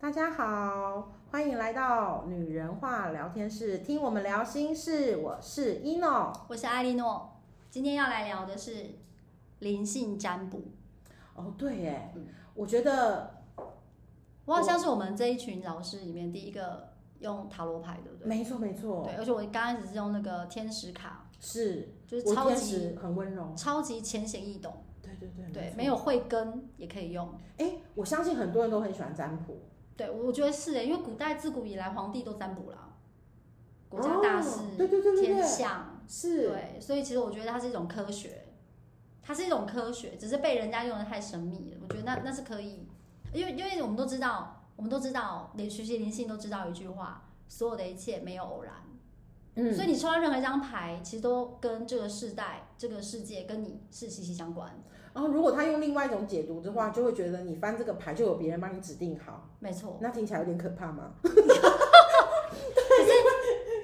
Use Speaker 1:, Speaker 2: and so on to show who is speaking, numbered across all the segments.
Speaker 1: 大家好，欢迎来到女人话聊天室，听我们聊心事。我是 ino，
Speaker 2: 我是艾莉诺，今天要来聊的是灵性占卜。
Speaker 1: 哦，对耶，
Speaker 2: 嗯
Speaker 1: 我觉得
Speaker 2: 我好像是我们这一群老师里面第一个用塔罗牌，对不对？
Speaker 1: 没错没错
Speaker 2: 对，，而且我刚开始是用那个天使卡，
Speaker 1: 是，
Speaker 2: 就是
Speaker 1: 我
Speaker 2: 超
Speaker 1: 天
Speaker 2: 级
Speaker 1: 使很温柔。
Speaker 2: 超级浅显易懂，
Speaker 1: 对对对，
Speaker 2: 对，
Speaker 1: 错
Speaker 2: 没有。慧根也可以用。
Speaker 1: 哎，我相信很多人都很喜欢占卜，
Speaker 2: 对，我我觉得是欸诶，因为古代自古以来皇帝都占卜啦，国家大事、
Speaker 1: 哦对对对对
Speaker 2: 天
Speaker 1: 对，
Speaker 2: 象，
Speaker 1: 是，
Speaker 2: 对，所以其实我觉得它是一种科学，它是一种科学，只是被人家用的太神秘了。我觉得那那是可以，因为因为我们都知道，我们都知道，连学习灵性都知道一句话：所有的一切没有偶然。
Speaker 1: 嗯，
Speaker 2: 所以你抽到任何一张牌，其实都跟这个世代、这个世界跟你是息息相关。
Speaker 1: 然后如果他用另外一种解读的话，就会觉得你翻这个牌就有别人帮你指定好，
Speaker 2: 没错，
Speaker 1: 那听起来有点可怕吗？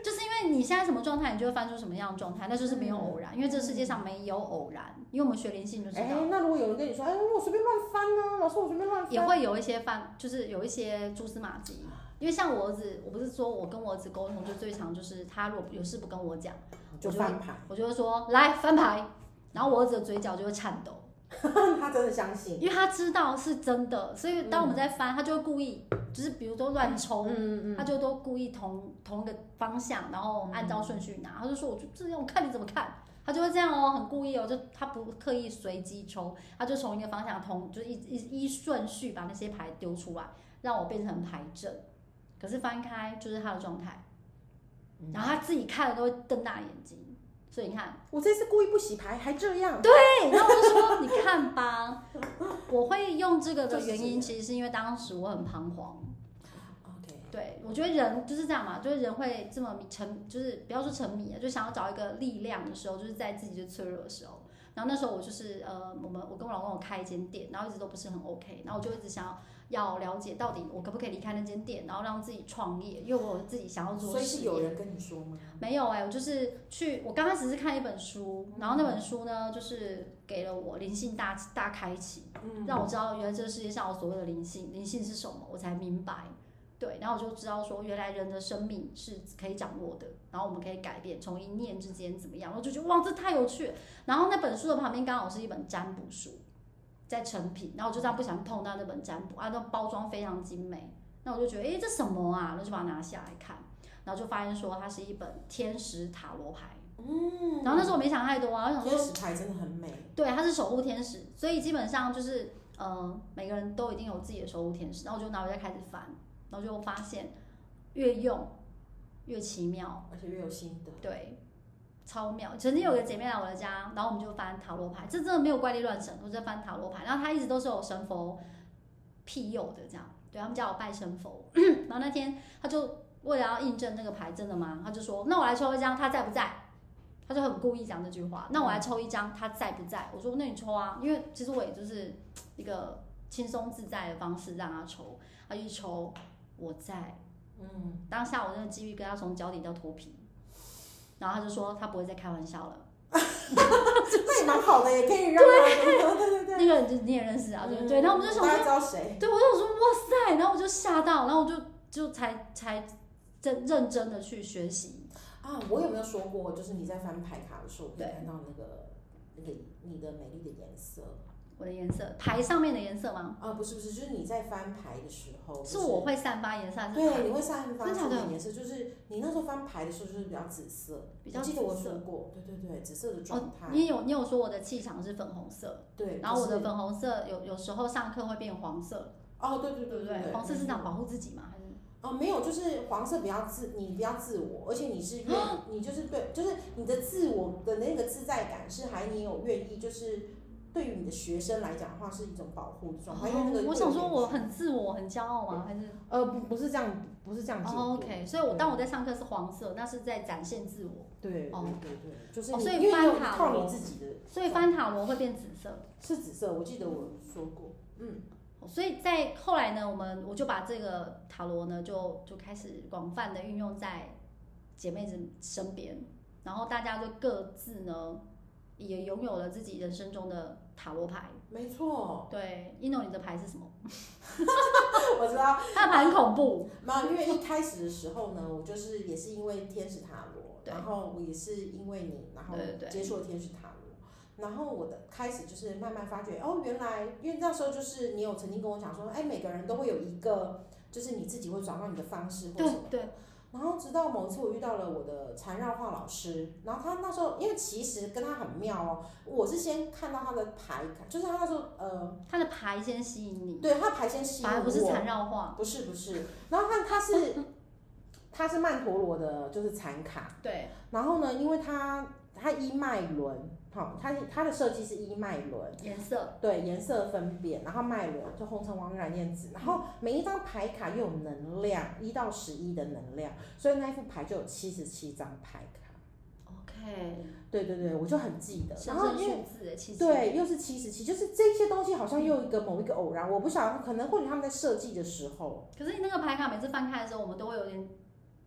Speaker 2: 就是因为你现在什么状态，你就会翻出什么样的状态，那就是没有偶然，因为这世界上没有偶然。因为我们学灵性就知道
Speaker 1: 哎，，那如果有人跟你说，哎，我随便乱翻啊，老师我随便乱翻，
Speaker 2: 也会有一些犯，就是有一些蛛丝马迹。因为像我儿子，我不是说我跟我儿子沟通，就最常就是他如果有事不跟我讲，
Speaker 1: 就翻牌，
Speaker 2: 我就会说来翻牌，然后我儿子的嘴角就会颤抖，
Speaker 1: 他真的相信。
Speaker 2: 因为他知道是真的，所以当我们在翻，他就会故意就是比如说乱抽，
Speaker 1: 嗯嗯嗯嗯，
Speaker 2: 他就都故意同同一个方向，然后按照顺序拿，他就说我就这样，我看你怎么看。他就会这样哦，很故意哦，就他不刻意随机抽，他就从一个方向同，就一一一顺序把那些牌丢出来，让我变成牌阵。可是翻开就是他的状态，然后他自己看了都会瞪大眼睛，所以你看，
Speaker 1: 我这次故意不洗牌，还这样。
Speaker 2: 对，然后我就说你看 吧，我会用这个的原因，其实是因为当时我很彷徨，
Speaker 1: OK，
Speaker 2: 对，我觉得人就是这样嘛，就是人会这么沉，就是不要说沉迷啊，就想要找一个力量的时候，就是在自己最脆弱的时候。然后那时候我就是呃，我们我跟我老公我开一间店，然后一直都不是很 OK，然后我就一直想要要了解到底我可不可以离开那间店，然后让自己创业，因为我自己想要做
Speaker 1: 所
Speaker 2: 事业。
Speaker 1: 以是有人跟你说吗？
Speaker 2: 没有哎、我就是去，我刚开始是看一本书，然后那本书呢，就是给了我灵性大大开启，
Speaker 1: 嗯
Speaker 2: 让我知道原来这个世界上有所谓的灵性，灵性是什么，我才明白。对，然后我就知道说，原来人的生命是可以掌握的，然后我们可以改变，从一念之间怎么样，我就觉得哇，这太有趣了。然后那本书的旁边刚好是一本占卜书，在成品，然后我就这样不想碰到那本占卜啊，那包装非常精美，那我就觉得诶，这什么啊？那就把它拿下来看，然后就发现说它是一本天使塔罗牌。嗯，然后那时候我没想太多啊，我想说
Speaker 1: 天使牌真的很美，
Speaker 2: 对，他是守护天使，所以基本上就是呃，每个人都一定有自己的守护天使。然后我就拿回家开始翻，然后就发现越用越奇妙，
Speaker 1: 而且越有心得。
Speaker 2: 对，超妙。曾经有个姐妹来我的家，然后我们就翻塔罗牌，这真的没有怪力乱神，我就翻塔罗牌。然后她一直都是有神佛庇佑的，这样，对他们叫我拜神佛。 然后那天她就为了要印证那个牌真的吗？她就说：“那我来抽一张，他在不在？”她就很故意讲这句话。那我来抽一张，他在不在？我说：“那你抽啊，因为其实我也就是一个轻松自在的方式让她抽。”她就一抽，我在。
Speaker 1: 嗯，
Speaker 2: 当下我真的机遇跟他从脚底到头皮，然后他就说他不会再开玩笑了。
Speaker 1: 那也蛮好的，也可以让他。对对对嗯
Speaker 2: 那个人就你也认识啊，对不对？然后我们就想
Speaker 1: 大家
Speaker 2: 说，
Speaker 1: 知道谁？
Speaker 2: 对我就想说哇塞，然后我就吓到，然后我就就才才真认真的去学习。
Speaker 1: 啊，我有没有说过，就是你在翻牌卡的时候，可以
Speaker 2: 对
Speaker 1: 看到那个那个你的美丽的颜色
Speaker 2: 我的颜色，牌上面的颜色吗？
Speaker 1: 啊？不是不是，就是你在翻牌的时候，
Speaker 2: 嗯是
Speaker 1: 哦就是
Speaker 2: 我会散发颜色，还是
Speaker 1: 对，
Speaker 2: 牌
Speaker 1: 你会散发
Speaker 2: 真的
Speaker 1: 出
Speaker 2: 假的
Speaker 1: 的颜色，就是你那时候翻牌的时候就是比较紫色，
Speaker 2: 比较
Speaker 1: 我记得
Speaker 2: 紫
Speaker 1: 我
Speaker 2: 色
Speaker 1: 说过，对对对，紫色的状
Speaker 2: 哦
Speaker 1: 态，，
Speaker 2: 你有你有说我的气场是粉红色，
Speaker 1: 对，
Speaker 2: 然后我
Speaker 1: 可
Speaker 2: 的
Speaker 1: 是
Speaker 2: 粉红色有有时候上课会变黄色，
Speaker 1: 哦，对对
Speaker 2: 对不
Speaker 1: 对
Speaker 2: 对？黄色是
Speaker 1: 嗯
Speaker 2: 想保护自己吗？还是
Speaker 1: 哦，没有，就是黄色比较自，你比较自我，而且你是愿，
Speaker 2: 啊
Speaker 1: 你就是对，就是你的自我的那个自在感是还你有愿意，就是对于你的学生来讲的话是一种保护的状态，因为那个
Speaker 2: 哦我想说
Speaker 1: 会有
Speaker 2: 我
Speaker 1: 点
Speaker 2: 很自我、很骄傲吗？还是？
Speaker 1: 呃不不是这样，不是这样解读、
Speaker 2: 哦、OK，所以我
Speaker 1: 对
Speaker 2: 当我在上课是黄色，那是在展现自我，
Speaker 1: 对对
Speaker 2: 哦
Speaker 1: 对对，就是你、
Speaker 2: 哦所以
Speaker 1: 因为
Speaker 2: 翻
Speaker 1: 你有
Speaker 2: 塔
Speaker 1: 靠
Speaker 2: 罗
Speaker 1: 你自己的
Speaker 2: 所以翻塔罗会变紫色。
Speaker 1: 是紫色，我记得我说过，嗯，
Speaker 2: 所以在后来呢，我们我就把这个塔罗呢，就就开始广泛的运用在姐妹子身边，然后大家就各自呢也拥有了自己人生中的塔罗牌。
Speaker 1: 没错，
Speaker 2: 对，一诺你的牌是什么？
Speaker 1: 我我知道。
Speaker 2: 他蛮恐怖，
Speaker 1: 然后因为一开始的时候呢，我就是也是因为天使塔罗，
Speaker 2: 对
Speaker 1: 然后我也是因为你，然后
Speaker 2: 对对对
Speaker 1: 接触了天使塔罗。然后我的开始就是慢慢发觉，哦，原来因为那时候就是你有曾经跟我讲说，哎，每个人都会有一个，就是你自己会找到你的方式或
Speaker 2: 对
Speaker 1: 什么。
Speaker 2: 对，
Speaker 1: 然后直到某一次我遇到了我的缠绕画老师，然后他那时候因为其实跟他很妙哦，我是先看到他的牌，就是他那时候呃，
Speaker 2: 他的牌先吸引你，
Speaker 1: 对他的牌先吸引
Speaker 2: 反而
Speaker 1: 我，
Speaker 2: 不是缠绕画，
Speaker 1: 不是不是，然后他他是 他是曼陀罗的，就是残卡。
Speaker 2: 对，
Speaker 1: 然后呢，因为他他一脉轮，好、他他的设计是一脉轮，
Speaker 2: 颜色，
Speaker 1: 对颜色分辨，然后脉轮就红橙黄蓝靛紫，然后每一张牌卡又有能量，一到十一的能量，所以那一副牌就有七十七张牌卡。
Speaker 2: OK，
Speaker 1: 对对对，我就很记得。然
Speaker 2: 神
Speaker 1: 后
Speaker 2: 圣
Speaker 1: 因为
Speaker 2: 数字的其实
Speaker 1: 对，又是七十七，就是这些东西好像又一个某一个偶然，我不晓得，可能或许他们在设计的时候，
Speaker 2: 可是你那个牌卡每次翻开的时候，我们都会有点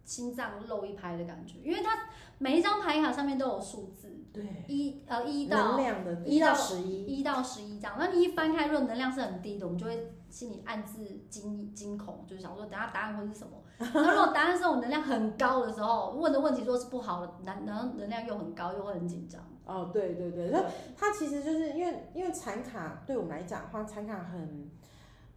Speaker 2: 心脏漏一拍的感觉，因为它每一张牌卡上面都有数字，
Speaker 1: 对，
Speaker 2: 一呃一
Speaker 1: 能
Speaker 2: 到
Speaker 1: 量的
Speaker 2: 一到
Speaker 1: 十一，
Speaker 2: 一到十一张，那你一翻开，如果能量是很低的，我们就会心里暗自惊惊恐，就是想说等下答案会是 什么。那如果答案是我能量很高的时候，问的问题如果是不好的，能能能量又很高，又会很紧张。
Speaker 1: 哦，对对对，那它其实就是因为因为产卡对我们来讲的话，产卡很，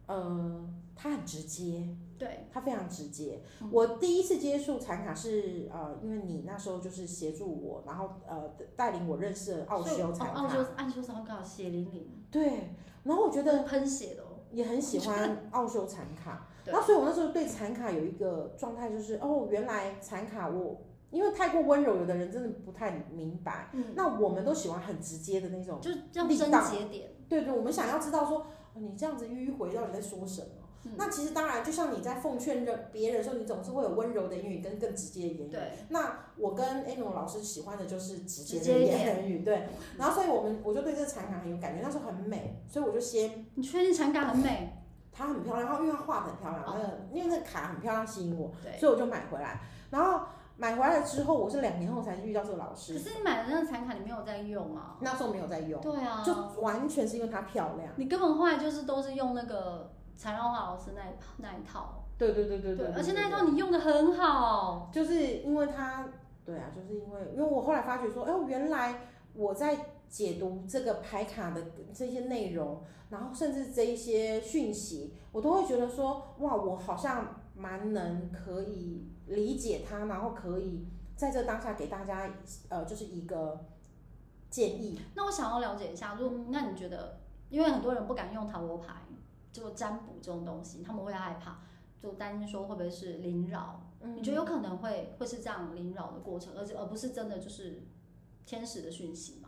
Speaker 1: 呃，它很直接，
Speaker 2: 对，
Speaker 1: 它非常直接。
Speaker 2: 嗯
Speaker 1: 我第一次接触产卡是呃，因为你那时候就是协助我，然后呃带领我认识了奥
Speaker 2: 所以
Speaker 1: 修
Speaker 2: 哦
Speaker 1: 产卡，
Speaker 2: 奥修奥修很搞血淋淋，
Speaker 1: 对，然后我觉得
Speaker 2: 喷血的哦。
Speaker 1: 也很喜欢奥修产卡，
Speaker 2: 对
Speaker 1: 那所以我那时候对产卡有一个状态就是，哦，原来产卡我。因为太过温柔，有的人真的不太明白。
Speaker 2: 嗯，
Speaker 1: 那我们都喜欢很直接的那种，
Speaker 2: 就要
Speaker 1: 力
Speaker 2: 升
Speaker 1: 道
Speaker 2: 节点，
Speaker 1: 对对，我们想要知道说，哦你这样子迂回到底在说什么？
Speaker 2: 嗯
Speaker 1: 那其实当然，就像你在奉劝人别人的时候，你总是会有温柔的言语跟更直接的言语。
Speaker 2: 对。
Speaker 1: 那我跟 a n o 老师喜欢的就是直接
Speaker 2: 直接
Speaker 1: 的
Speaker 2: 一
Speaker 1: 言语，对。然后，所以我们我就对这个产卡很有感觉，那时候很美，所以我就先
Speaker 2: 你确定产感很美？
Speaker 1: 它很漂亮，然后因为它画的很漂亮，那
Speaker 2: 哦
Speaker 1: 个因为那个卡很漂亮吸引我，
Speaker 2: 对。
Speaker 1: 所以我就买回来。然后买回来之后，我是两年后才遇到这个老
Speaker 2: 可
Speaker 1: 师，
Speaker 2: 是你买的那个产卡，你没有在用啊？
Speaker 1: 那时候没有在用，
Speaker 2: 对啊，
Speaker 1: 就完全是因为它漂亮。
Speaker 2: 你根本后来就是都是用那个缠绕华老师那一那一套，
Speaker 1: 对对对对对，
Speaker 2: 而且那
Speaker 1: 对
Speaker 2: 一套你用的很好，
Speaker 1: 就是因为他，对啊，就是因为因为我后来发觉说，哎、原来我在解读这个牌卡的这些内容，然后甚至这一些讯息，我都会觉得说，哇，我好像蛮能可以理解它，然后可以在这当下给大家呃，就是一个建议。
Speaker 2: 那我想要了解一下，如果那你觉得，因为很多人不敢用塔罗牌，就占卜这种东西，他们会害怕，就担心说会不会是灵扰？
Speaker 1: 嗯
Speaker 2: 你觉得有可能会会是这样灵扰的过程，而且呃而不是真的就是天使的讯息
Speaker 1: 嗯
Speaker 2: 吗？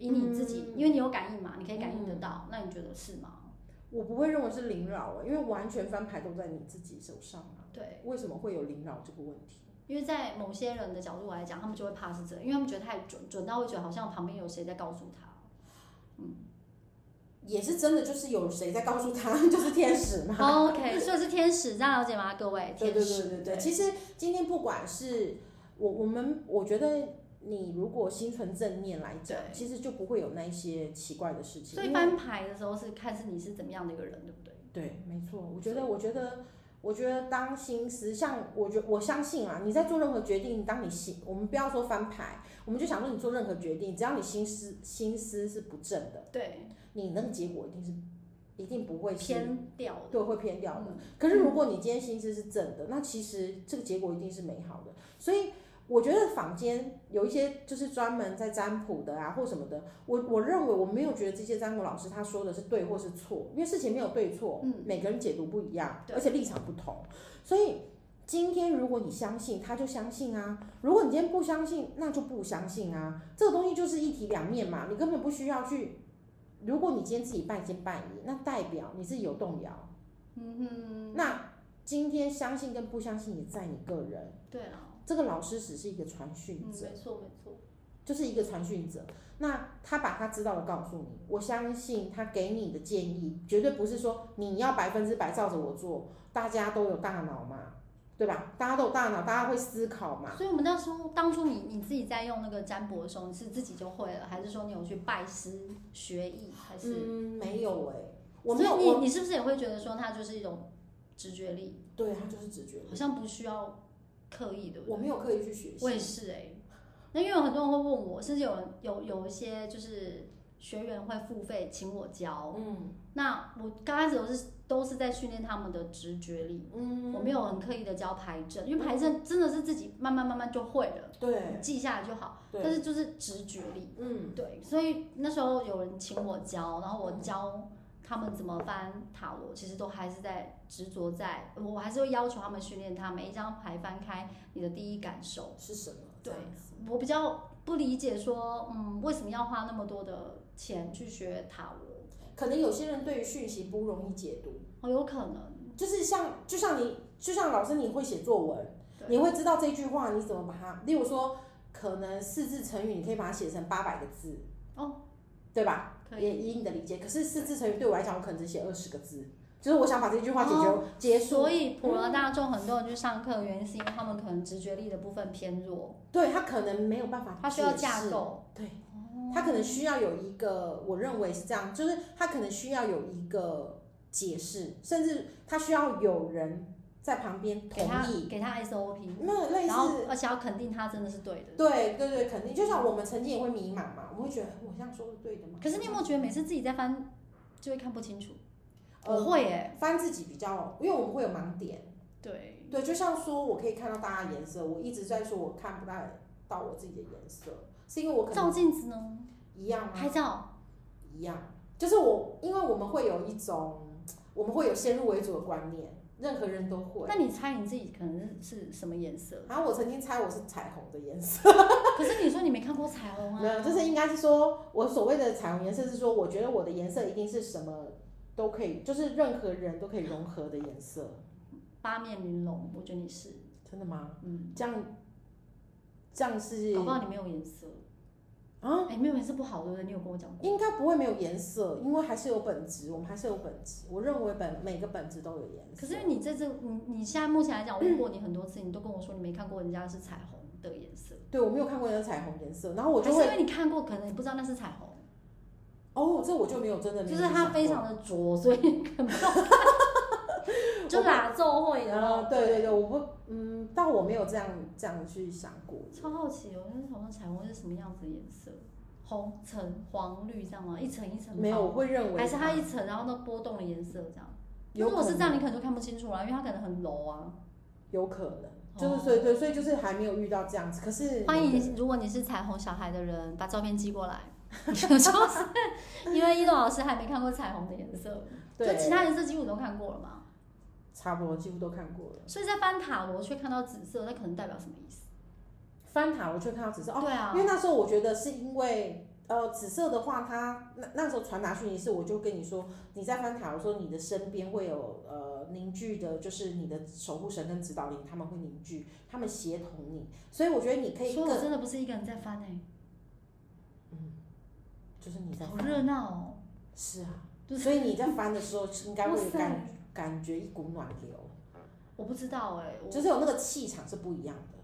Speaker 2: 以你自己，因为你有感应嘛，你可以感应得到，
Speaker 1: 嗯
Speaker 2: 那你觉得是吗？
Speaker 1: 我不会认为是灵扰、因为完全翻牌都在你自己手上啊。
Speaker 2: 对，
Speaker 1: 为什么会有灵扰这个问题？
Speaker 2: 因为在某些人的角度来讲，他们就会怕是这样，因为他们觉得太准，准到会觉得好像旁边有谁在告诉他。
Speaker 1: 也是真的，就是有谁在告诉他， 就是天使嘛。
Speaker 2: OK，所以是天使，这样了解吗？各位，
Speaker 1: 对
Speaker 2: 天
Speaker 1: 对
Speaker 2: 使，
Speaker 1: 对对对，其实今天不管是我我们，我觉得你如果心存正念来讲，
Speaker 2: 对
Speaker 1: 其实就不会有那一些奇怪的事情。
Speaker 2: 所以
Speaker 1: 因为
Speaker 2: 翻牌的时候是看是你是怎么样的一个人，对不对？
Speaker 1: 对，嗯没错，我觉得，我觉得。我觉得当心思，像我觉我相信啊，你在做任何决定，当你心，我们不要说翻牌，我们就想说你做任何决定，只要你心思心思是不正的，
Speaker 2: 对，
Speaker 1: 你那个结果一定是一定不会是
Speaker 2: 偏掉的。
Speaker 1: 对，会偏掉的
Speaker 2: 嗯。
Speaker 1: 可是如果你今天心思是正的，那其实这个结果一定是美好的。所以我觉得坊间有一些就是专门在占卜的啊，或什么的，我我认为我没有觉得这些占卜老师他说的是对或是错，因为事情没有对错，
Speaker 2: 嗯
Speaker 1: 每个人解读不一样，
Speaker 2: 对
Speaker 1: 而且立场不同，所以。今天如果你相信，他就相信啊；如果你今天不相信，那就不相信啊。这个东西就是一体两面嘛，你根本不需要去。如果你今天自己拜金拜你，那代表你自己有动摇，
Speaker 2: 嗯
Speaker 1: 那今天相信跟不相信也在你个人，
Speaker 2: 哼，对啊，
Speaker 1: 这个老师只是一个传
Speaker 2: 嗯，
Speaker 1: 讯者，
Speaker 2: 没错没错，
Speaker 1: 就是一个传讯者。那他把他知道的告诉你，我相信他给你的建议绝对不是说你要百分之百照着我做，大家都有大脑嘛，对吧？大家都有大脑，大家会思考嘛。
Speaker 2: 所以我们那时候当初你你自己在用那个占卜的时候，你嗯是自己就会了，还是说你有去拜师学艺，还是欸
Speaker 1: 嗯，没有诶、我没有
Speaker 2: 所以你
Speaker 1: 我
Speaker 2: 你是不是也会觉得说它就是一种直觉力，
Speaker 1: 对他就是直觉
Speaker 2: 好，像不需要刻意，对不对？
Speaker 1: 我没有刻意去学习
Speaker 2: 我。也是哎、那因为有很多人会问我，甚至有人有有一些就是学员会付费请我教，
Speaker 1: 嗯
Speaker 2: 那我刚开始都是都是在训练他们的直觉力，
Speaker 1: 嗯，
Speaker 2: 我没有很刻意的教牌阵，因为牌阵真的是自己慢慢慢慢就会了，
Speaker 1: 对
Speaker 2: 记下来就好，但
Speaker 1: 对，
Speaker 2: 是就是直觉力，
Speaker 1: 嗯
Speaker 2: 对，所以那时候有人请我教，然后我教。他们怎么翻塔罗，其实都还是在执着在，我还是会要求他们训练他每一张牌翻开你的第一感受，
Speaker 1: 是什么？
Speaker 2: 对
Speaker 1: 这样子
Speaker 2: 我比较不理解说，嗯，为什么要花那么多的钱去学塔罗？
Speaker 1: 可能有些人对于讯息不容易解读，
Speaker 2: 哦，有可能，
Speaker 1: 就是像就像你就像老师你会写作文，
Speaker 2: 对
Speaker 1: 你会知道这句话你怎么把它，例如说可能四字成语你可以把它写成八百个字
Speaker 2: 哦，
Speaker 1: 对吧？
Speaker 2: 可
Speaker 1: 也
Speaker 2: 以。
Speaker 1: 以你的理解，可是四字成语对我来讲，我可能只写二十个字，就是我想把这句话解决、结束
Speaker 2: 哦所。以普罗大众很多人去上课，原因是因为他们可能直觉力的部分偏弱，
Speaker 1: 对他可能没有办法，
Speaker 2: 他需要架，构。哦
Speaker 1: 对，他可能需要有一个，我认为是这样，就是他可能需要有一个解释，甚至他需要有人在旁边
Speaker 2: 给
Speaker 1: 同
Speaker 2: 他
Speaker 1: 意，
Speaker 2: 给他 SOP，
Speaker 1: 那类
Speaker 2: 然后
Speaker 1: 似，
Speaker 2: 而且要肯定他真的是对的。
Speaker 1: 对对对，肯定，就像我们曾经也会迷茫嘛，我们会觉得我这样说是对的吗？
Speaker 2: 可是你有没有觉得每次自己在翻就会看不清楚？
Speaker 1: 呃
Speaker 2: 我会耶，
Speaker 1: 翻自己比较，因为我们会有盲点。
Speaker 2: 对，
Speaker 1: 对，就像说我可以看到大家颜色，我一直在说我看不到到我自己的颜色，是因为我可
Speaker 2: 照
Speaker 1: 能
Speaker 2: 镜子呢，
Speaker 1: 一样啊
Speaker 2: 拍，照，
Speaker 1: 一样，就是我因为我们会有一种我们会有先入为主的观念，任何人都会。
Speaker 2: 那你猜你自己可能是是什么颜色？
Speaker 1: 然后我曾经猜我是彩虹的颜色，
Speaker 2: 可是你说你没看过彩虹啊？
Speaker 1: 没有，就是应该是说我所谓的彩虹颜色是说，我觉得我的颜色一定是什么都可以，就是任何人都可以融合的颜色。
Speaker 2: 八面玲珑，我觉得你是，
Speaker 1: 真的吗？
Speaker 2: 嗯，
Speaker 1: 这样这样是
Speaker 2: 搞不好你没有颜色，
Speaker 1: 啊？
Speaker 2: 哎、没有颜色不好，对不对？你有跟我讲过，
Speaker 1: 应该不会没有颜色，因为还是有本质，我们还是有本质。我认为本每个本质都有颜色。
Speaker 2: 可是你这次，你你现在目前来讲，我问过你很多次，你都跟我说你没看过人家是彩虹的颜色，
Speaker 1: 对我没有看过人家彩虹颜色，然后我就
Speaker 2: 还是
Speaker 1: 会
Speaker 2: 因为你看过，可能你不知道那是彩虹，
Speaker 1: 哦，这我就没有真的没
Speaker 2: 就
Speaker 1: 有
Speaker 2: 是它非常的浊，所以你看不 到，就哪奏会的
Speaker 1: 呃，
Speaker 2: 咯
Speaker 1: 对对对，我不嗯，但我没有这样这样去想过。
Speaker 2: 超好奇哦，那想说彩虹是什么样子的颜色？红、橙、黄、绿这样吗？一层一层吗
Speaker 1: 没有，我会认为
Speaker 2: 还是它一层，然后那波动的颜色这样。
Speaker 1: 有
Speaker 2: 如果是
Speaker 1: 可
Speaker 2: 这样，
Speaker 1: 能
Speaker 2: 你可能就看不清楚了，因为它可能很柔啊。
Speaker 1: 有可能，就是
Speaker 2: 哦
Speaker 1: 所以对，所以就是还没有遇到这样子。可是
Speaker 2: 欢
Speaker 1: 那个
Speaker 2: 迎，如果你是彩虹小孩的人，把照片寄过来。 就是因为一诺老师还没看过彩虹的颜色，就
Speaker 1: 对
Speaker 2: 其他颜色几乎都看过了嘛。
Speaker 1: 差不多几乎都看过了。
Speaker 2: 所以在翻塔罗却看到紫色，那可能代表什么意思？
Speaker 1: 翻塔我就看到紫色哦，
Speaker 2: 对啊
Speaker 1: 因，为那时候我觉得是因为，呃，紫色的话，它那那时候传达讯息是，我就跟你说，你在翻塔罗说，你的身边会有呃凝聚的，就是你的守护神跟指导灵，他们会凝聚，他们协同你，所以我觉得你可以
Speaker 2: 说
Speaker 1: 更
Speaker 2: 我真的不是一个人在翻哎、
Speaker 1: 就是你在
Speaker 2: 好
Speaker 1: 翻
Speaker 2: 热闹哦。
Speaker 1: 是
Speaker 2: 就
Speaker 1: 啊，
Speaker 2: 是
Speaker 1: 所以你在翻的时候应该
Speaker 2: 哇
Speaker 1: 会有
Speaker 2: 塞
Speaker 1: 感感觉一股暖流，
Speaker 2: 我不知道哎、我
Speaker 1: 就是有那个气场是不一样的，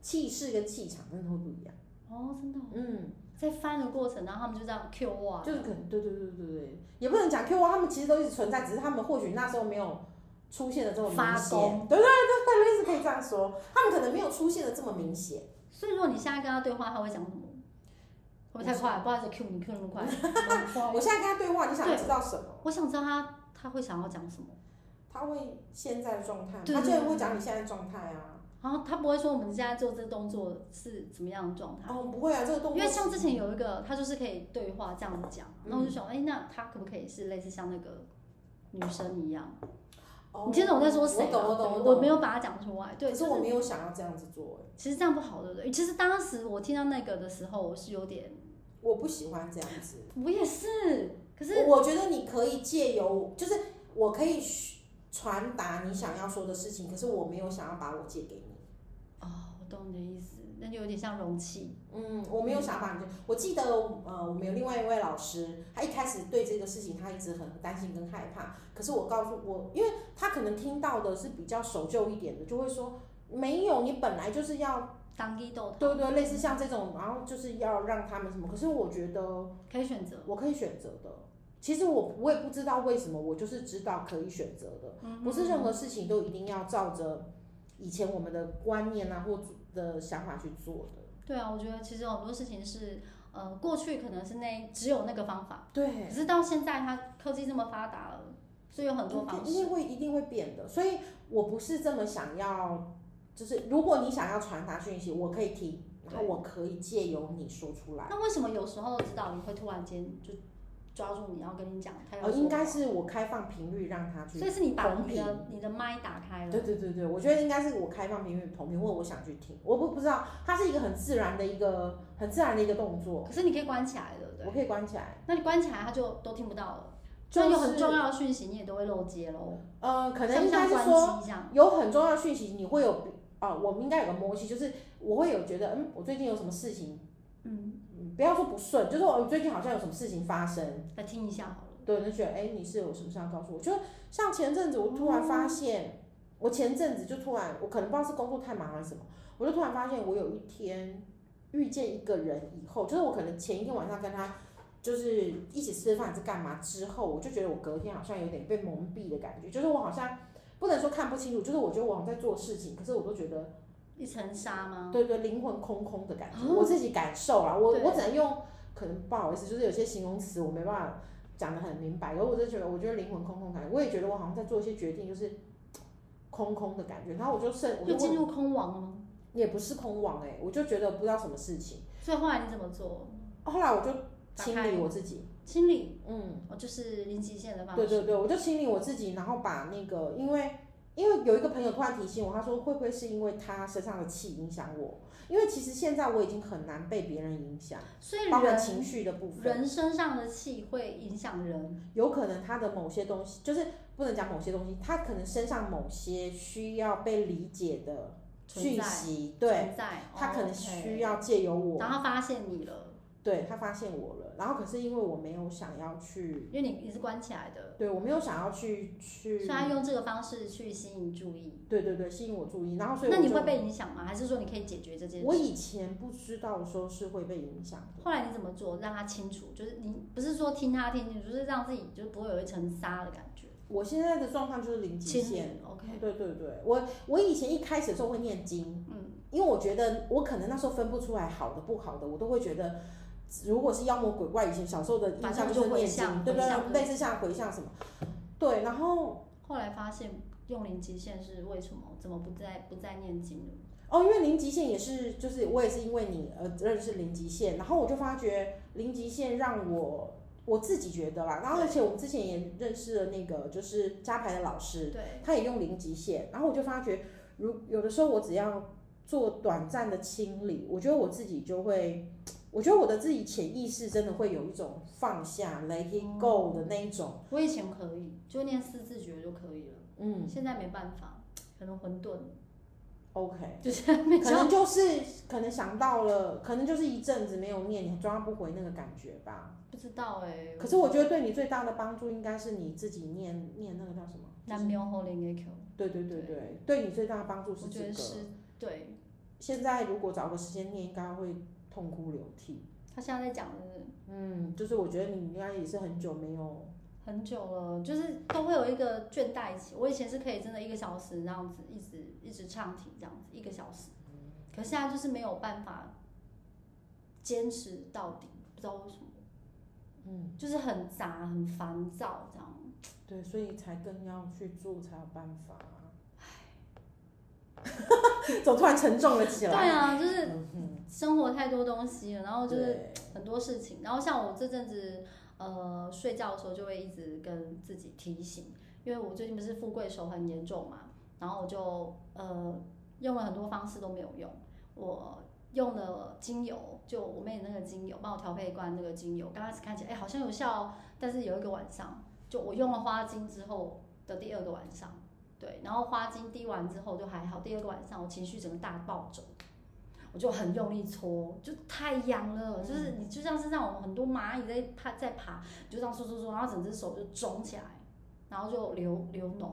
Speaker 1: 气势跟气场真的会不一样，
Speaker 2: 哦，真的哦、
Speaker 1: 嗯。
Speaker 2: 在翻的过程，然后他们就这样 Q 我啊，
Speaker 1: 就是可能对对对对对，也不能讲 Q 他们其实都一直存在，只是他们或许那时候没有出现的这么明
Speaker 2: 发
Speaker 1: 显
Speaker 2: 功。
Speaker 1: 对对对对，类似可以这样说，他们可能没有出现的这么明显。
Speaker 2: 所以如果你现在跟他对话，他会讲什么？会不会太快？不好意思，Q 你 Q 那么快。不好意
Speaker 1: 我
Speaker 2: 思
Speaker 1: 现在跟他对话，你想
Speaker 2: 对
Speaker 1: 知道什么？
Speaker 2: 我想知道他他会想要讲什么，
Speaker 1: 他会现在的状态吗，
Speaker 2: 对
Speaker 1: 他
Speaker 2: 对
Speaker 1: 就
Speaker 2: 对
Speaker 1: 会讲你现在的状态啊。
Speaker 2: 然后他不会说我们现在做这动作是怎么样的状态，
Speaker 1: 哦，不会啊，这个动
Speaker 2: 因
Speaker 1: 作
Speaker 2: 为像之前有一个他就是可以对话这样子讲，
Speaker 1: 嗯
Speaker 2: 然后我就想，哎、那他可不可以是类似像那个女生一样？
Speaker 1: 哦
Speaker 2: 你听懂我在说谁
Speaker 1: 我
Speaker 2: 吗？
Speaker 1: 懂我懂
Speaker 2: 对
Speaker 1: 懂，
Speaker 2: 我没有把它讲出来，对，
Speaker 1: 可
Speaker 2: 就是是
Speaker 1: 我没有想要这样子做，欸
Speaker 2: 其实这样不好，对不对？其实当时我听到那个的时候，我是有点，
Speaker 1: 我不喜欢这样子。
Speaker 2: 我也是，可是
Speaker 1: 我我觉得你可以借由，就是我可以传达你想要说的事情，可是我没有想要把我借给你。
Speaker 2: 哦，我懂你的意思，那就有点像容器，
Speaker 1: 嗯，我没有想法，你就我记得，呃，我们有另外一位老师，他一开始对这个事情他一直很担心跟害怕，可是我告诉我，因为他可能听到的是比较守旧一点的，就会说没有，你本来就是要
Speaker 2: 当地豆
Speaker 1: 对对，类似像这种，然后就是要让他们什么，可是我觉得
Speaker 2: 可以选择，
Speaker 1: 我可以选择的，其实我我也不知道为什么，我就是知道可以选择的，不是任何事情都一定要照着以前我们的观念啊或的想法去做的。
Speaker 2: 对啊，我觉得其实有很多事情是，呃，过去可能是那只有那个方法，
Speaker 1: 对
Speaker 2: 可，是到现在它科技这么发达了，所以有很多方
Speaker 1: 一定
Speaker 2: 式。
Speaker 1: 会一定会变的，所以我不是这么想要，就是如果你想要传达讯息，我可以听，然后
Speaker 2: 对
Speaker 1: 我可以借由你说出来。
Speaker 2: 那为什么有时候指导员会突然间就抓住你，要跟你讲他要
Speaker 1: 呃，
Speaker 2: 说
Speaker 1: 应该
Speaker 2: 什
Speaker 1: 是我开放频率让他
Speaker 2: 么，
Speaker 1: 去
Speaker 2: 所以是你把
Speaker 1: 同
Speaker 2: 你的
Speaker 1: 频
Speaker 2: 你的麦打开了
Speaker 1: 对，对对对，我觉得应该是我开放频率同频，或者我想去听，我不不知道，它是一个很自然的一个很自然的一个动作，
Speaker 2: 可是你可以关起来，对不
Speaker 1: 我
Speaker 2: 对？
Speaker 1: 可以关起来。
Speaker 2: 那你关起来，他就都听不到了。
Speaker 1: 就
Speaker 2: 那有
Speaker 1: 是
Speaker 2: 很重要的讯息，你也都会漏接喽。
Speaker 1: 呃，可能
Speaker 2: 像
Speaker 1: 应该
Speaker 2: 像
Speaker 1: 是
Speaker 2: 关
Speaker 1: 说
Speaker 2: 机这样，
Speaker 1: 有很重要的讯息，你会有啊、我们应该有个默契，就是我会有觉得，嗯，我最近有什么事情，
Speaker 2: 嗯，
Speaker 1: 嗯，不要说不顺，就是我最近好像有什么事情发生，
Speaker 2: 来听一下好了。
Speaker 1: 对，你就觉得，哎、你是有什么事要告诉我？就是像前阵子我突然发现，我前阵子就突然，我可能不知道是工作太忙还是什么，我就突然发现我有一天遇见一个人以后，就是我可能前一天晚上跟他。就是一起吃饭还是干嘛之后，我就觉得我隔天好像有点被蒙蔽的感觉，就是我好像不能说看不清楚，就是我觉得我好像在做事情，可是我都觉得
Speaker 2: 一层纱吗？
Speaker 1: 对对，灵魂空空的感觉，
Speaker 2: 哦
Speaker 1: 我自己感受啦，我
Speaker 2: 对
Speaker 1: 我只能用，可能不好意思，就是有些形容词我没办法讲的很明白，然后我就觉得，我觉得灵魂空空感觉，我也觉得我好像在做一些决定，就是空空的感觉，然后我就剩，我
Speaker 2: 就
Speaker 1: 就
Speaker 2: 进
Speaker 1: 问，
Speaker 2: 入空亡了吗？
Speaker 1: 也不是空网哎、我就觉得不知道什么事情，
Speaker 2: 所以后来你怎么做？
Speaker 1: 后来我就
Speaker 2: 打
Speaker 1: 清
Speaker 2: 开
Speaker 1: 理我自己，
Speaker 2: 清理，
Speaker 1: 嗯，
Speaker 2: 哦，就是零极限的方式。
Speaker 1: 对对对，我就清理我自己，然后把那个，因为因为有一个朋友突然提醒我，他说会不会是因为他身上的气影响我？因为其实现在我已经很难被别人影响。
Speaker 2: 所以
Speaker 1: 包括
Speaker 2: 人
Speaker 1: 情绪的部分，
Speaker 2: 人身上的气会影响人，
Speaker 1: 有可能他的某些东西，就是不能讲某些东西，他可能身上某些需要被理解的
Speaker 2: 存
Speaker 1: 讯
Speaker 2: 在
Speaker 1: 息，对
Speaker 2: 存在，
Speaker 1: 他可能需要借由
Speaker 2: 哦，OK，
Speaker 1: 我，
Speaker 2: 然后他发现你了，
Speaker 1: 对他发现我了，然后可是因为我没有想要去，
Speaker 2: 因为你你是关起来的，
Speaker 1: 对我没有想要去
Speaker 2: 所以
Speaker 1: 去，
Speaker 2: 他用这个方式去吸引注意。
Speaker 1: 对对对，吸引我注意，然后所以
Speaker 2: 那
Speaker 1: 我
Speaker 2: 你
Speaker 1: 就
Speaker 2: 会被影响吗？还是说你可以解决这件
Speaker 1: 我
Speaker 2: 事？
Speaker 1: 以前不知道说是会被影响的，
Speaker 2: 后来你怎么做让他清楚？就是你不是说听他听清楚，就是让自己就不会有一层纱的感觉。
Speaker 1: 我现在的状况就是零极
Speaker 2: 清
Speaker 1: 限，
Speaker 2: 理，OK，
Speaker 1: 对对对，我我以前一开始的时候会念经，嗯，因为我觉得我可能那时候分不出来好的不好的，我都会觉得，如果是妖魔鬼怪，以前小时候的印
Speaker 2: 反
Speaker 1: 象
Speaker 2: 正
Speaker 1: 就是
Speaker 2: 就回
Speaker 1: 念
Speaker 2: 向
Speaker 1: 经，对不
Speaker 2: 回向
Speaker 1: 对？类似像回向什么，对，然后
Speaker 2: 后来发现用零极限是为什么？怎么不再不再念经了？
Speaker 1: 哦，因为零极限也是，就是我也是因为你而认识零极限，然后我就发觉零极限让我。我自己觉得啦，然后而且我们之前也认识了那个就是加牌的老师，
Speaker 2: 对，
Speaker 1: 他也用零极限，然后我就发觉，如有的时候我只要做短暂的清理，我觉得我自己就会，我觉得我的自己潜意识真的会有一种放下 let it
Speaker 2: 哦
Speaker 1: go 的那一种，
Speaker 2: 我以前可以，就念四字诀就可以了，
Speaker 1: 嗯
Speaker 2: 现在没办法，可能混沌，
Speaker 1: ，OK，
Speaker 2: 就是没
Speaker 1: 可
Speaker 2: 教
Speaker 1: 能就是可能想到了，可能就是一阵子没有念，你抓不回那个感觉吧。
Speaker 2: 不知道哎、
Speaker 1: 可是我觉得对你最大的帮助应该是你自己念念那个叫什么？
Speaker 2: 南苗后林也 Q，
Speaker 1: 对对对对，对你最大的帮助
Speaker 2: 我
Speaker 1: 是
Speaker 2: 觉
Speaker 1: 这
Speaker 2: 得
Speaker 1: 个。
Speaker 2: 是对。
Speaker 1: 现在如果找个时间念，应该会痛哭流涕。
Speaker 2: 他现在在讲的是
Speaker 1: 嗯，就是我觉得你应该也是很久没有，
Speaker 2: 很久了，就是都会有一个倦怠期。我以前是可以真的一个小时这样子，一直一直唱题这样子，一个小时。可是现在就是没有办法坚持到底，不知道为什么，
Speaker 1: 嗯，
Speaker 2: 就是很杂、很烦躁这样。
Speaker 1: 对，所以才更要去做，才有办法、啊。 怎么突然沉重了起
Speaker 2: 对
Speaker 1: 来？
Speaker 2: 啊，就是
Speaker 1: 嗯哼
Speaker 2: 生活太多东西了，然后就是
Speaker 1: 对
Speaker 2: 很多事情。然后像我这阵子，呃，睡觉的时候就会一直跟自己提醒，因为我最近不是富贵手很严重嘛，然后我就呃用了很多方式都没有用，我用了精油，就我妹那个精油帮我调配一罐那个精油，刚开始看起来哎、好像有效、哦，但是有一个晚上，就我用了花精之后的第二个晚上。对，然后花精滴完之后就还好，第二个晚上我情绪整个大暴走，我就很用力搓，就太痒了，就是你就像是让我很多蚂蚁在爬在爬，就这样搓搓搓，然后整只手就肿起来，然后就流流脓，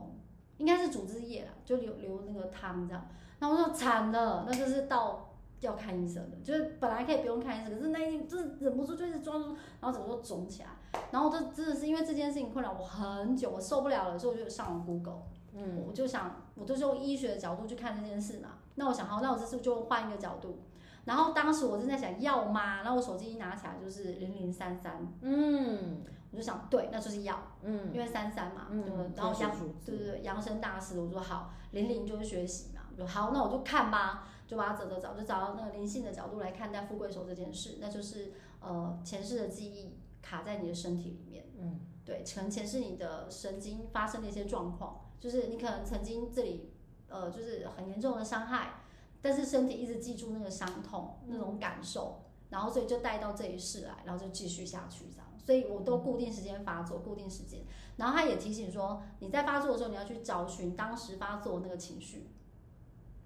Speaker 2: 应该是组织液啦，就流流那个汤这样，然后我就惨了，那就是到要看医生的，就是本来可以不用看医生，可是那一就是忍不住就是抓住，然后整个就肿起来，然后这真的是因为这件事情困扰我很久，我受不了了，所以我就上网 Google，
Speaker 1: 嗯，
Speaker 2: 我就想，我就是用医学的角度去看这件事嘛。那我想，好，那我这次就换一个角度。然后当时我正在想要吗？然后我手机一拿起来就是零零三三，
Speaker 1: 嗯
Speaker 2: 我就想，对，那就是要，
Speaker 1: 嗯
Speaker 2: 因为三三嘛，对不对
Speaker 1: 嗯，
Speaker 2: 然后
Speaker 1: 天
Speaker 2: 杨
Speaker 1: 使数
Speaker 2: 对
Speaker 1: 字，
Speaker 2: 对对，扬声大师，我说好，零零就是学习嘛，我说好，那我就看吧，就把它找找找，就找到那个灵性的角度来看待富贵手这件事，那就是呃前世的记忆卡在你的身体里面，
Speaker 1: 嗯，
Speaker 2: 对，可能前世你的神经发生了一些状况，就是你可能曾经这里呃就是很严重的伤害，但是身体一直记住那个伤痛那种感受，然后所以就带到这一世来，然后就继续下去这样。所以我都固定时间发作，固定时间。然后他也提醒说，你在发作的时候，你要去找寻当时发作的那个情绪，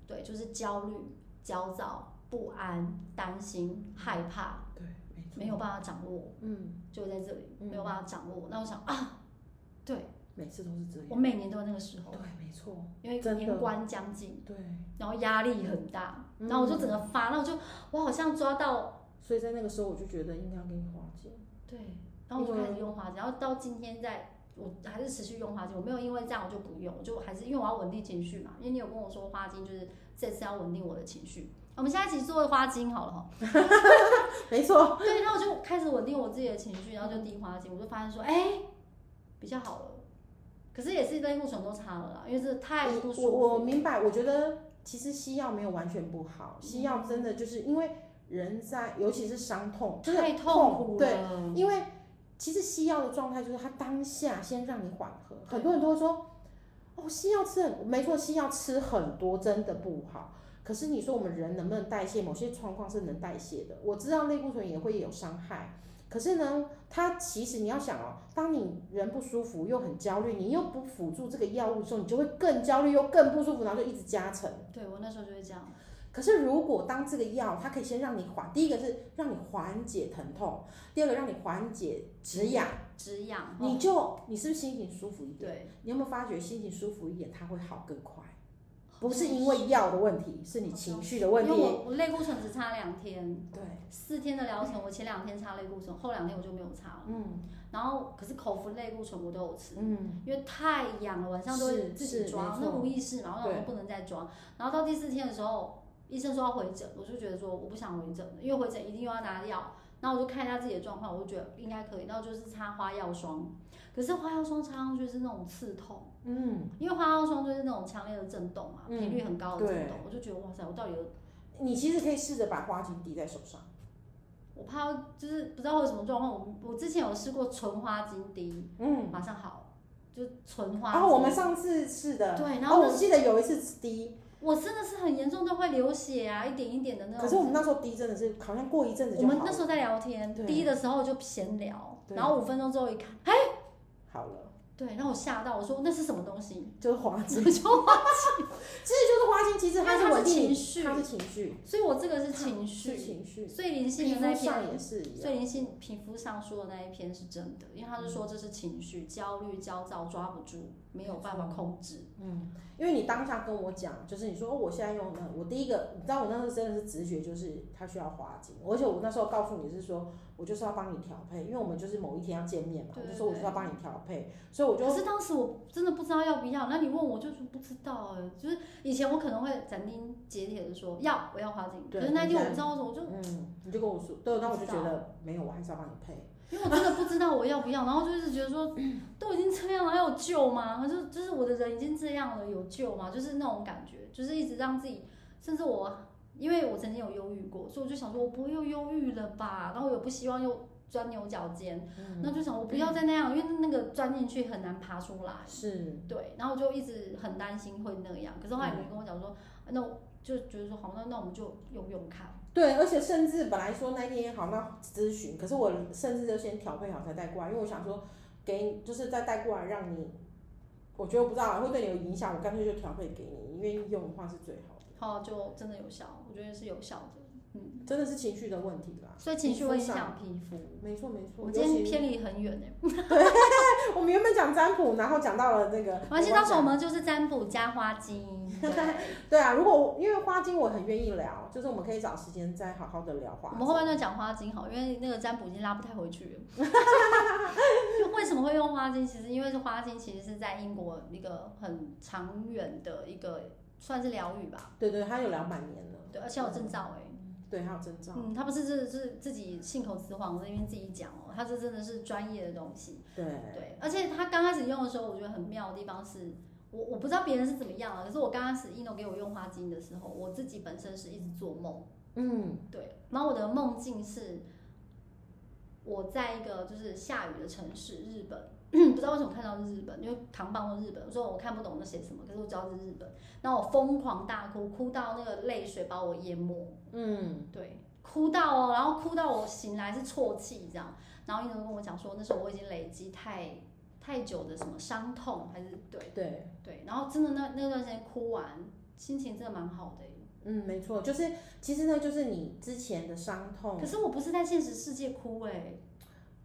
Speaker 2: 对，就是焦虑、焦躁、不安、担心、害怕，
Speaker 1: 对，没错，
Speaker 2: 没有办法掌握，
Speaker 1: 嗯，
Speaker 2: 就在这里
Speaker 1: 嗯
Speaker 2: 没有办法掌握。那我想啊，对
Speaker 1: 每次都是这
Speaker 2: 我
Speaker 1: 样，
Speaker 2: 每年都有那个时候，
Speaker 1: 对，没错，
Speaker 2: 因为
Speaker 1: 真的
Speaker 2: 年关将近，
Speaker 1: 对，
Speaker 2: 然后压力很大，
Speaker 1: 嗯
Speaker 2: 然后我就整个发，然后我就我好像抓到
Speaker 1: 所以在那个时候我就觉得应该要给你化 解，
Speaker 2: 对，然后我就开始
Speaker 1: 嗯
Speaker 2: 用花精，然后到今天在，我还是持续用花精，我没有因为这样我就不用，我就还是因为我要稳定情绪嘛，因为你有跟我说花精就是这次要稳定我的情绪，我们下一集做花精好了哈，
Speaker 1: 没错，
Speaker 2: 对，然后我就开始稳定我自己的情绪，然后就滴花精，我就发现说，哎、比较好了，可是也是类护醇都差了啦，因为这太不舒服，
Speaker 1: 我我明白，我觉得其实西药没有完全不好，西药真的就是因为人在，尤其是伤痛，真的
Speaker 2: 太痛苦
Speaker 1: 对，
Speaker 2: 了，
Speaker 1: 因为其实西药的状态就是它当下先让你缓和，很多人都会说，哦，西药吃很，没错，西药吃很多真的不好。可是你说我们人能不能代谢？某些状况是能代谢的。我知道类固醇也会有伤害，可是呢，它其实你要想哦，当你人不舒服又很焦虑，你又不辅助这个药物的时候，你就会更焦虑又更不舒服，然后就一直加成。
Speaker 2: 对我那时候就会这样，
Speaker 1: 可是如果当这个药，它可以先让你缓，第一个是让你缓解疼痛，第二个让你缓解止痒，
Speaker 2: 止痒，
Speaker 1: 你
Speaker 2: 哦
Speaker 1: 就你是不是心情舒服一点？
Speaker 2: 对，
Speaker 1: 你有没有发觉心情舒服一点，它会好更快？不是因为药的问题，是你情绪的问
Speaker 2: 哦因为
Speaker 1: 题。
Speaker 2: 我我类固醇只差两天。
Speaker 1: 对，
Speaker 2: 四天的疗程，我前两天擦类固醇，后两天我就没有擦了。
Speaker 1: 嗯
Speaker 2: 然后可是口服类固醇我都有吃，
Speaker 1: 嗯，
Speaker 2: 因为太痒了，晚上都
Speaker 1: 是
Speaker 2: 会自己
Speaker 1: 是
Speaker 2: 抓，
Speaker 1: 没
Speaker 2: 那
Speaker 1: 错
Speaker 2: 无意识嘛，我
Speaker 1: 对
Speaker 2: 想说不能再抓。然后到第四天的时候，医生说要回诊，我就觉得说我不想回诊了，因为回诊一定又要拿药。然后我就看一下自己的状况，我就觉得应该可以。然后就是擦花药霜，可是花药霜擦上去是那种刺痛，
Speaker 1: 嗯，
Speaker 2: 因为花药霜就是那种强烈的震动嘛，
Speaker 1: 嗯
Speaker 2: 频率很高的震
Speaker 1: 对
Speaker 2: 动，我就觉得哇塞，我到底有
Speaker 1: 你其实可以试着把花精滴在手上。
Speaker 2: 我怕就是不知道会有什么状况。我我之前有试过纯花精滴，
Speaker 1: 嗯，
Speaker 2: 马上好，就纯花
Speaker 1: 然
Speaker 2: 精。
Speaker 1: 嗯哦后我们上次试的，
Speaker 2: 对，然
Speaker 1: 然
Speaker 2: 后
Speaker 1: 后
Speaker 2: 我、
Speaker 1: 我记得有一次滴，
Speaker 2: 我真的是很严重，都会流血啊，一点一点的那种。
Speaker 1: 可是我们那时候滴真的是好像过一阵子
Speaker 2: 我
Speaker 1: 就
Speaker 2: 们
Speaker 1: 好
Speaker 2: 那时
Speaker 1: 了，
Speaker 2: 候在聊天，
Speaker 1: 对
Speaker 2: 滴的时候就闲聊，
Speaker 1: 对
Speaker 2: 然后五分钟之后一看，哎，
Speaker 1: 好了，
Speaker 2: 对，让我吓到，我说那是什么东西？
Speaker 1: 就是花精，
Speaker 2: 我 就
Speaker 1: 其实就是花精，其实
Speaker 2: 因为
Speaker 1: 它
Speaker 2: 它
Speaker 1: 是
Speaker 2: 是
Speaker 1: 稳定
Speaker 2: 情
Speaker 1: 你，
Speaker 2: 绪
Speaker 1: 它是情绪，
Speaker 2: 所以我这个是情
Speaker 1: 是
Speaker 2: 绪，
Speaker 1: 情绪，
Speaker 2: 所以灵性
Speaker 1: 皮
Speaker 2: 的
Speaker 1: 肤
Speaker 2: 那一篇
Speaker 1: 上也是一
Speaker 2: 所
Speaker 1: 样。
Speaker 2: 以林信皮肤上说的那一篇是真的，因为他是说这是情绪、焦虑、焦躁，抓不住，没有办法控制。
Speaker 1: 嗯，因为你当下跟我讲，就是你说、哦、我现在用那，我第一个，你知道我那时候真的是直觉，就是它需要花精，而且我那时候告诉你是说，我就是要帮你调配，因为我们就是某一天要见面嘛，
Speaker 2: 对
Speaker 1: 我就说我就是要帮你调配，所以我就
Speaker 2: 可 是当时我真的不知道要不要，那你问我就是不知道哎、就是以前我可能会斩钉截铁的说要，我要花精，可
Speaker 1: 对
Speaker 2: 是那天我不知道为什么，我就
Speaker 1: 嗯，你就跟我说，对，那我就觉得没有，我还是要帮你配，
Speaker 2: 因为我真的不知道我要不要，然后就是觉得说都已经这样了，还有救吗？就就是我的人已经这样了，有救吗？就是那种感觉，就是一直让自己，甚至我因为我曾经有忧郁过，所以我就想说我不会又忧郁了吧？然后我也不希望又钻牛角尖，
Speaker 1: 嗯
Speaker 2: 那就想我不要再那样，因为那个钻进去很难爬出来。
Speaker 1: 是，
Speaker 2: 对，然后我就一直很担心会那样，可是后来你跟我讲说，那我就觉得说好，那那我们就用用看。
Speaker 1: 对，而且甚至本来说那天好那咨询，可是我甚至就先调配好才带过来，因为我想说给你就是再带过来让你，我觉得我不知道会对你有影响，我干脆就调配给你，你愿意用的话是最好的。
Speaker 2: 后来哦就真的有效，我觉得是有效的。嗯，
Speaker 1: 真的是情绪的问题啦。
Speaker 2: 所以情绪会影响皮肤。
Speaker 1: 没错没
Speaker 2: 我
Speaker 1: 错，
Speaker 2: 们
Speaker 1: 尤
Speaker 2: 今天
Speaker 1: 其
Speaker 2: 偏离很远哎、
Speaker 1: 我们原本讲占卜，然后讲到了那个，
Speaker 2: 而且到时候我们就是占卜加花精， 对
Speaker 1: 对啊，如果因为花精我很愿意聊，就是我们可以找时间再好好的聊花
Speaker 2: 我
Speaker 1: 精。
Speaker 2: 们后半段讲花精好，因为那个占卜已经拉不太回去了。 就为什么会用花精？其实因为是花精，其实是在英国一个很长远的一个算是疗愈吧。
Speaker 1: 对对，他有聊满年了，
Speaker 2: 对，而且有证照哎、
Speaker 1: 对，还有征兆，
Speaker 2: 嗯，他不是自是自己信口雌黄，我这边自己讲哦，他这真的是专业的东西。
Speaker 1: 对，
Speaker 2: 对，而且他刚开始用的时候，我觉得很妙的地方是，我我不知道别人是怎么样啊，可是我刚开始 ino 给我用花精的时候，我自己本身是一直做梦，
Speaker 1: 嗯，
Speaker 2: 对，然后我的梦境是，我在一个就是下雨的城市，日本。 不知道为什么看到日本，因为扛棒的日本，我说我看不懂那写什么，可是我知道是日本，然后我疯狂大哭，哭到那个泪水把我淹没，
Speaker 1: 嗯，
Speaker 2: 对，哭到哦，然后哭到我醒来是啜泣这样，然后医生跟我讲说，那时候我已经累积太太久的什么伤痛，还是对
Speaker 1: 对，
Speaker 2: 对，然后真的那那段时间哭完，心情真的蛮好的耶、
Speaker 1: 嗯，没错，就是其实呢，就是你之前的伤痛
Speaker 2: 可，是我不是在现实世界哭哎、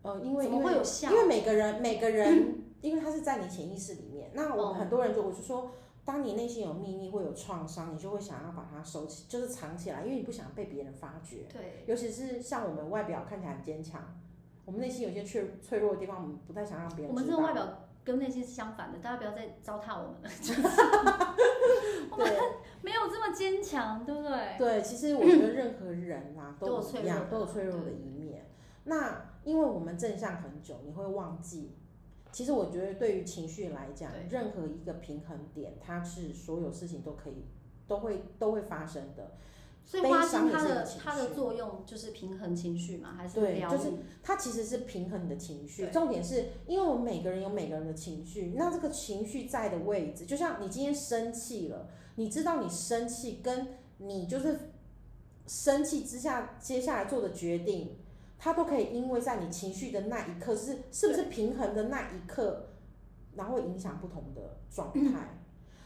Speaker 1: 呃，因为
Speaker 2: 怎
Speaker 1: 因
Speaker 2: 么
Speaker 1: 为
Speaker 2: 会有笑
Speaker 1: 因？为每个人每个人，因为他是在你潜意识里面。那我
Speaker 2: 哦
Speaker 1: 很多人就我就说，当你内心有秘密或有创伤，你就会想要把它收起，就是藏起来，因为你不想被别人发觉。
Speaker 2: 对，
Speaker 1: 尤其是像我们外表看起来很坚强，我们内心有些脆脆弱的地方，我们不太想让别
Speaker 2: 我
Speaker 1: 人
Speaker 2: 们
Speaker 1: 知
Speaker 2: 这
Speaker 1: 道。
Speaker 2: 种外表跟内心是相反的，大家不要再糟蹋我们了， 我们
Speaker 1: 对
Speaker 2: 没有这么坚强，对不对？
Speaker 1: 对，其实我觉得任何人 啊
Speaker 2: 都有
Speaker 1: 都
Speaker 2: 脆
Speaker 1: 一
Speaker 2: 弱
Speaker 1: 样，
Speaker 2: 的
Speaker 1: 都有脆弱的一面。那因为我们正向很久，你会忘记。其实我觉得，对于情绪来讲
Speaker 2: 对，
Speaker 1: 任何一个平衡点，它是所有事情都可以、都会、都会发生的。
Speaker 2: 所以花
Speaker 1: 悲伤
Speaker 2: 精
Speaker 1: 也
Speaker 2: 它
Speaker 1: 是一种
Speaker 2: 的
Speaker 1: 情
Speaker 2: 它的
Speaker 1: 绪
Speaker 2: 作用就是平衡情绪嘛，还是
Speaker 1: 对
Speaker 2: 疗愈？
Speaker 1: 就是它其实是平衡你的情绪，
Speaker 2: 对
Speaker 1: 重点是因为我们每个人有每个人的情绪，那这个情绪在的位置，就像你今天生气了，你知道你生气跟你就是生气之下接下来做的决定，它都可以因为在你情绪的那一刻是是不是平衡的那一刻，然后会影响不同的状态。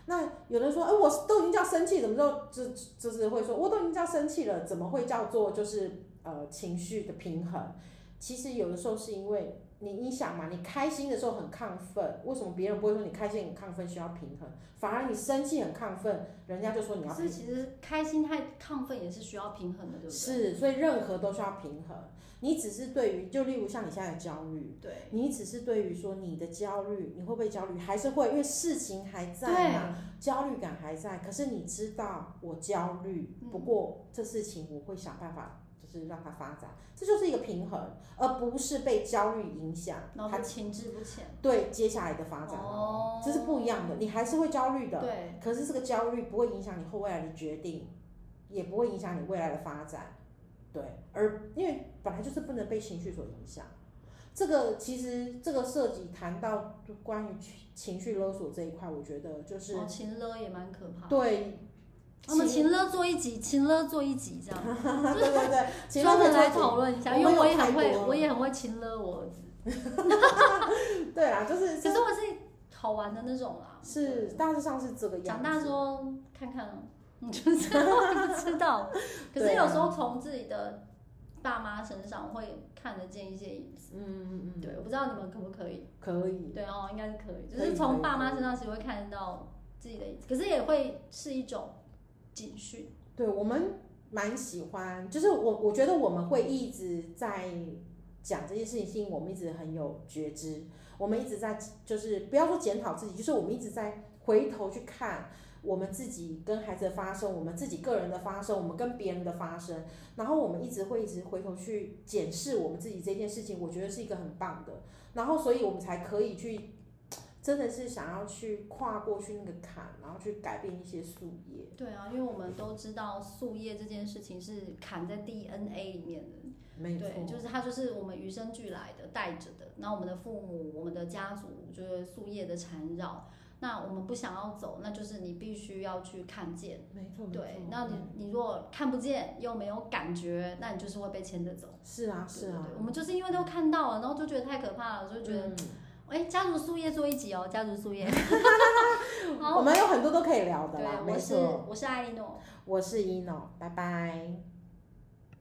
Speaker 1: 那有人说，哎、我都已经叫生气，怎么就就就是会说，我都已经叫生气了，怎么会叫做就是呃情绪的平衡？其实有的时候是因为你你想嘛，你开心的时候很亢奋，为什么别人不会说你开心很亢奋需要平衡，反而你生气很亢奋，人家就说你要
Speaker 2: 所
Speaker 1: 平
Speaker 2: 以
Speaker 1: 衡。
Speaker 2: 其实开心太亢奋也是需要平衡的，对不对？，
Speaker 1: 是，所以任何都需要平衡。你只是对于，就例如像你现在的焦虑，
Speaker 2: 对，
Speaker 1: 你只是对于说你的焦虑，你会不会焦虑？还是会，因为事情还在嘛，
Speaker 2: 对，
Speaker 1: 焦虑感还在。可是你知道我焦虑，不过这事情我会想办法，就是让它发展，这就是一个平衡，而不是被焦虑影响，
Speaker 2: 然
Speaker 1: 它
Speaker 2: 后情志不浅，
Speaker 1: 对接下来的发展哦，这是不一样的。你还是会焦虑的，
Speaker 2: 对，
Speaker 1: 可是这个焦虑不会影响你后未来的决定，也不会影响你未来的发展，对。而因为本来就是不能被情绪所影响，这个其实这个涉及谈到就关于情情绪勒索这一块，我觉得就是、
Speaker 2: 哦，情勒也蛮可怕的。
Speaker 1: 对，
Speaker 2: 我们
Speaker 1: 情
Speaker 2: 情勒做一集，情勒做一集这样，
Speaker 1: 对对对，啊情
Speaker 2: 专
Speaker 1: 勒
Speaker 2: 门来
Speaker 1: 索
Speaker 2: 讨论一下，
Speaker 1: 我
Speaker 2: 因
Speaker 1: 们
Speaker 2: 为我
Speaker 1: 有
Speaker 2: 也
Speaker 1: 太
Speaker 2: 很会，
Speaker 1: 多了
Speaker 2: 我也很会情勒我儿子，
Speaker 1: 对啊，就是
Speaker 2: 可是我是好玩的那种啦。
Speaker 1: 是大致上是这个样子。
Speaker 2: 长大之后看看哦， 你就是我不 知道，可是
Speaker 1: 对啊
Speaker 2: 有时候从自己的爸妈身上会看得见一些影子。
Speaker 1: 嗯嗯嗯，
Speaker 2: 对，我不知道你们可不可以。
Speaker 1: 可以，
Speaker 2: 对哦，应该是可以，就
Speaker 1: 可以
Speaker 2: 是
Speaker 1: 可
Speaker 2: 从
Speaker 1: 以
Speaker 2: 爸妈
Speaker 1: 可以
Speaker 2: 身上其实会看得到自己的影子，可是也会是一种警讯。
Speaker 1: 对我们蛮喜欢，就是我我觉得我们会一直在讲这件事情，是因为我们一直很有觉知，我们一直在就是不要说检讨自己，就是我们一直在回头去看。我们自己跟孩子的发生，我们自己个人的发生，我们跟别人的发生，然后我们一直会一直回头去检视我们自己这件事情，我觉得是一个很棒的，然后所以我们才可以去，真的是想要去跨过去那个坎，然后去改变一些夙夜。
Speaker 2: 对啊，因为我们都知道树叶这件事情是砍在 DNA 里面的，
Speaker 1: 没错，
Speaker 2: 对，就是它就是我们与生俱来的带着的。那我们的父母、我们的家族就是树叶的缠绕。那我们不想要走，那就是你必须要去看见。
Speaker 1: 没错，没
Speaker 2: 对
Speaker 1: 错，嗯
Speaker 2: 那你你如果看不见又没有感觉，那你就是会被牵着走。
Speaker 1: 是啊，是啊
Speaker 2: 对，对对我们就是因为都看到了，然后就觉得太可怕了，就觉得
Speaker 1: 嗯
Speaker 2: 哎、家族树叶做一集哦，家族 树叶。
Speaker 1: 我
Speaker 2: 嗯好，
Speaker 1: 们有很多都可以聊的
Speaker 2: 对
Speaker 1: 啦，，没
Speaker 2: 我是
Speaker 1: 错，
Speaker 2: 我是艾莉诺。
Speaker 1: 我是一诺，拜拜。